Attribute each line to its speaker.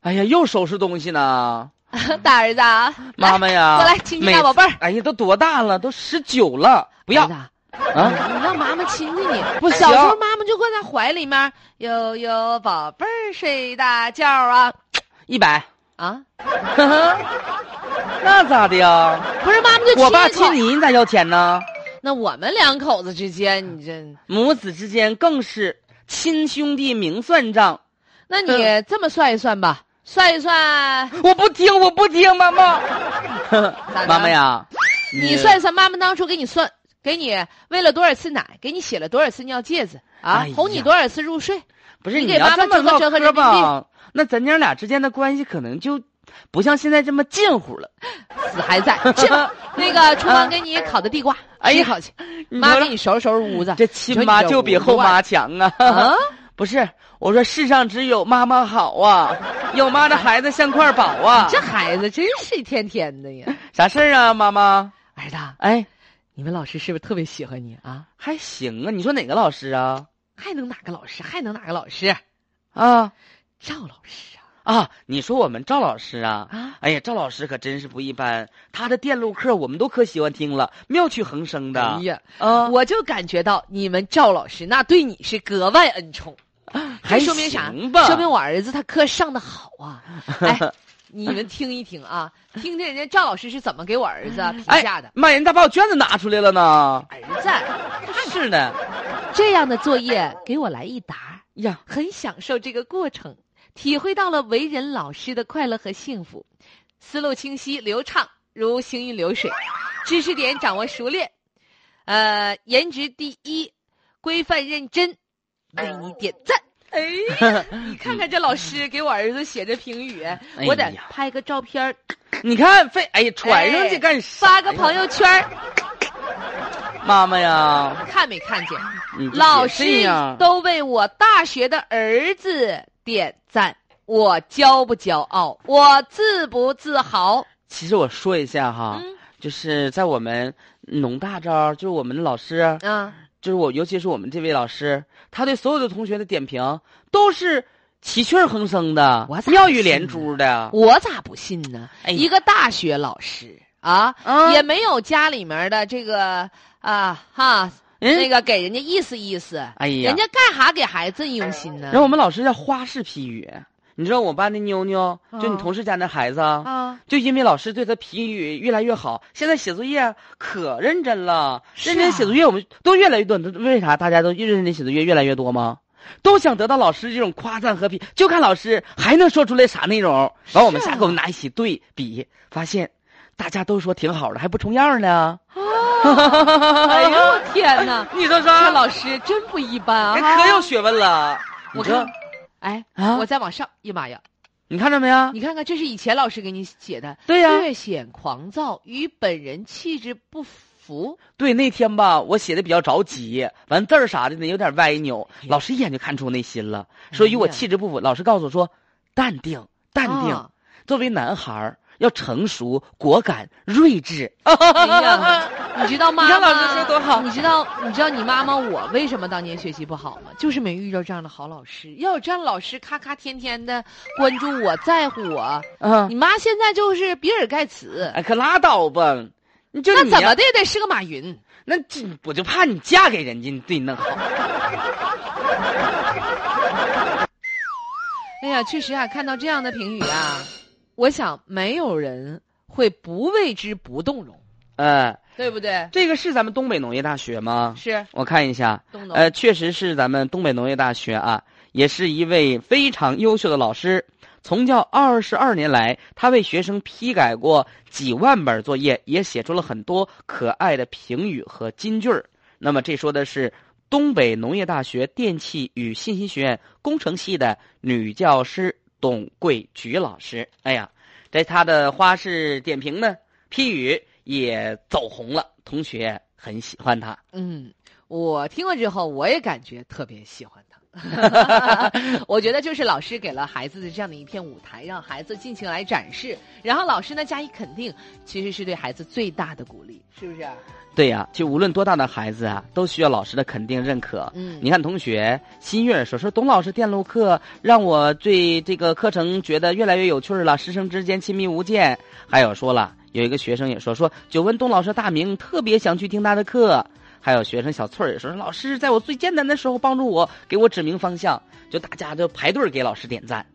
Speaker 1: 哎呀，又收拾东西呢。
Speaker 2: 大儿子啊，
Speaker 1: 妈 妈呀，
Speaker 2: 过来亲亲大宝贝儿。
Speaker 1: 哎呀，都多大了，都十九了，不要
Speaker 2: 儿子啊
Speaker 1: 啊！
Speaker 2: 你让妈妈亲亲你。
Speaker 1: 不行
Speaker 2: 小时候妈妈就搁在怀里面，悠悠宝贝儿睡大觉啊
Speaker 1: 一百，
Speaker 2: 啊！
Speaker 1: 那咋的呀？
Speaker 2: 不是妈妈就
Speaker 1: 我爸
Speaker 2: 一口
Speaker 1: 亲。你，你咋要钱呢？
Speaker 2: 那我们两口子之间，你这，
Speaker 1: 母子之间更是亲兄弟明算账。
Speaker 2: 那
Speaker 1: 嗯
Speaker 2: 你这么算一算吧，算一算，
Speaker 1: 我不听，我不听，妈妈。
Speaker 2: 的
Speaker 1: 妈妈呀，
Speaker 2: 你算一算，妈妈当初给你算，给你喂了多少次奶，给你洗了多少次尿戒子啊
Speaker 1: 哎，呀
Speaker 2: 哄你多少次入睡。
Speaker 1: 不是
Speaker 2: 你
Speaker 1: 你
Speaker 2: 给
Speaker 1: 要
Speaker 2: 妈妈
Speaker 1: 这么
Speaker 2: 折合
Speaker 1: 唠
Speaker 2: 折合
Speaker 1: 嗑
Speaker 2: 人民币
Speaker 1: 吧？那咱娘俩之间的关系可能就不像现在这么近乎了。
Speaker 2: 死还在， 去吧。那个厨
Speaker 1: 啊
Speaker 2: 房给你烤的地瓜，
Speaker 1: 哎呀
Speaker 2: 吃烤去。
Speaker 1: 你
Speaker 2: 妈
Speaker 1: 说
Speaker 2: 给你收拾收拾屋 子。
Speaker 1: 这
Speaker 2: 你说
Speaker 1: 亲
Speaker 2: 你
Speaker 1: 妈
Speaker 2: 这
Speaker 1: 就比
Speaker 2: 屋
Speaker 1: 后
Speaker 2: 乱
Speaker 1: 妈强啊！
Speaker 2: 啊，
Speaker 1: 不是，我说世上只有妈妈好啊， 有妈的孩子像块宝啊。
Speaker 2: 这孩子真是一天天的呀！
Speaker 1: 啥事儿啊，妈妈？
Speaker 2: 儿子，
Speaker 1: 哎，
Speaker 2: 你们老师是不是特别喜欢你啊？
Speaker 1: 还行啊。你说哪个老师啊？
Speaker 2: 还能哪个老师？还能哪个老师？
Speaker 1: 啊
Speaker 2: 赵老师啊！
Speaker 1: 啊，你说我们赵老师啊？
Speaker 2: 啊，
Speaker 1: 哎呀，赵老师可真是不一般，他的电路课我们都可喜欢听了，妙趣横生的。
Speaker 2: 哎呀，
Speaker 1: 啊，
Speaker 2: 我就感觉到你们赵老师那对你是格外恩宠，
Speaker 1: 还
Speaker 2: 这说明啥
Speaker 1: 行吧？？
Speaker 2: 说明我儿子他课上的好 啊！哎，你们听一听啊，听听人家赵老师是怎么给我儿子评价的。
Speaker 1: 妈呀，人咋把我卷子拿出来了呢？
Speaker 2: 哎儿
Speaker 1: 是呢，
Speaker 2: 子，这样的作业给我来一沓，
Speaker 1: 呀，
Speaker 2: 很享受这个过程，体会到了为人老师的快乐和幸福，思路清晰流畅，如行云流水，知识点掌握熟练，呃，颜值第一，规范认真，为你点赞。哎，你看看这老师给我儿子写这评语，
Speaker 1: 哎
Speaker 2: 我得
Speaker 1: 呀
Speaker 2: 拍个照片儿，
Speaker 1: 你看，非哎呀，传上去
Speaker 2: 哎
Speaker 1: 干啥？
Speaker 2: 发个朋友圈儿，
Speaker 1: 妈妈呀，
Speaker 2: 看没看见？
Speaker 1: 你这嗯
Speaker 2: 老
Speaker 1: 也这
Speaker 2: 师
Speaker 1: 样
Speaker 2: 都为我大学的儿子点赞，我骄不骄傲？我自不自豪？
Speaker 1: 其实我说一下哈，
Speaker 2: 嗯
Speaker 1: 就是在我们农大这儿，就是我们老师，
Speaker 2: 啊，
Speaker 1: 就是我，尤其是我们这位老师，他对所有的同学的点评都是奇趣儿横生的
Speaker 2: 我，咋
Speaker 1: 妙语
Speaker 2: 信
Speaker 1: 连
Speaker 2: 呢
Speaker 1: 珠的。
Speaker 2: 我咋不信呢？
Speaker 1: 哎呀
Speaker 2: 一个大学老师啊，
Speaker 1: 啊
Speaker 2: 也没有家里面的这个啊哈，
Speaker 1: 人
Speaker 2: 那个给人家意思意思，
Speaker 1: 嗯哎呀，
Speaker 2: 人家干啥给孩子用心呢
Speaker 1: 然？后我们老师叫花式批语，你知道我班那妞妞，就你
Speaker 2: 啊
Speaker 1: 同事家那孩子啊
Speaker 2: 啊，
Speaker 1: 就因为老师对他评语越来越好，现在写作业可认真了，
Speaker 2: 是
Speaker 1: 认真
Speaker 2: 啊
Speaker 1: 写作业我们都越来越多。你知道为啥大家都认真写作业越来越多吗？都想得到老师这种夸赞和批，就看老师还能说出来啥内容。完，我们
Speaker 2: 是
Speaker 1: 下
Speaker 2: 啊
Speaker 1: 课我们拿一起对比，发现大家都说挺好的，还不重样呢。
Speaker 2: 哎呦我
Speaker 1: ！
Speaker 2: 天哪
Speaker 1: 你说
Speaker 2: 这
Speaker 1: 说，
Speaker 2: 老师真不一般
Speaker 1: 啊人
Speaker 2: 啊！
Speaker 1: 可有学问了。
Speaker 2: 我
Speaker 1: 你说
Speaker 2: 看，哎，
Speaker 1: 啊
Speaker 2: 我再往上，哎呀妈呀！
Speaker 1: 你看着没有？
Speaker 2: 你看看，这是以前老师给你写的。
Speaker 1: 啊对呀
Speaker 2: 略显狂躁，与本人气质不符。
Speaker 1: 对，那天吧，我写的比较着急，完字儿啥的呢有点歪扭，
Speaker 2: 哎
Speaker 1: 老师一眼就看出我内心了，说与我气质不符。老师告诉我说，淡定，淡定。
Speaker 2: 啊
Speaker 1: 作为男孩儿要成熟、果敢、睿智。啊、
Speaker 2: 哎呀，你知道妈妈？
Speaker 1: 你看老师说多好
Speaker 2: 你知道你知道你妈妈我为什么当年学习不好吗？就是没遇着这样的好老师。要有这样的老师，咔咔天天的关注我，在乎我。你妈现在就是比尔盖茨，
Speaker 1: 啊哎，可拉倒吧，你就
Speaker 2: 那
Speaker 1: 你啊
Speaker 2: 怎么
Speaker 1: 呀
Speaker 2: 的也得是个马云。
Speaker 1: 那这我就怕你嫁给人家，你对你弄好。
Speaker 2: 哎呀，确实啊，看到这样的评语啊，我想没有人会不为之不动容，
Speaker 1: 呃，
Speaker 2: 对不对？
Speaker 1: 这个是咱们东北农业大学吗？
Speaker 2: 是
Speaker 1: 我看一下，
Speaker 2: 动容。
Speaker 1: 呃，确实是咱们东北农业大学啊，也是一位非常优秀的老师。从教二十二年来，他为学生批改过几万本作业，也写出了很多可爱的评语和金句儿。那么，这说的是东北农业大学电气与信息学院工程系的女教师董桂菊老师。哎呀，在她的花式点评呢，批语也走红了，同学很喜欢她。
Speaker 2: 嗯，我听了之后，我也感觉特别喜欢他。 我觉得就是老师给了孩子的这样的一片舞台，让孩子尽情来展示，然后老师呢加以肯定，其实是对孩子最大的鼓励，是不啊是？
Speaker 1: 对呀、就无论多大的孩子啊，都需要老师的肯定认可。
Speaker 2: 嗯
Speaker 1: 你看，同学新月说说董老师电路课让我对这个课程觉得越来越有趣儿了，师生之间亲密无间。还有说了，有一个学生也说说，久闻董老师大名，特别想去听他的课。还有学生小翠儿也说，老师在我最艰难的时候帮助我，给我指明方向。就大家就排队儿给老师点赞。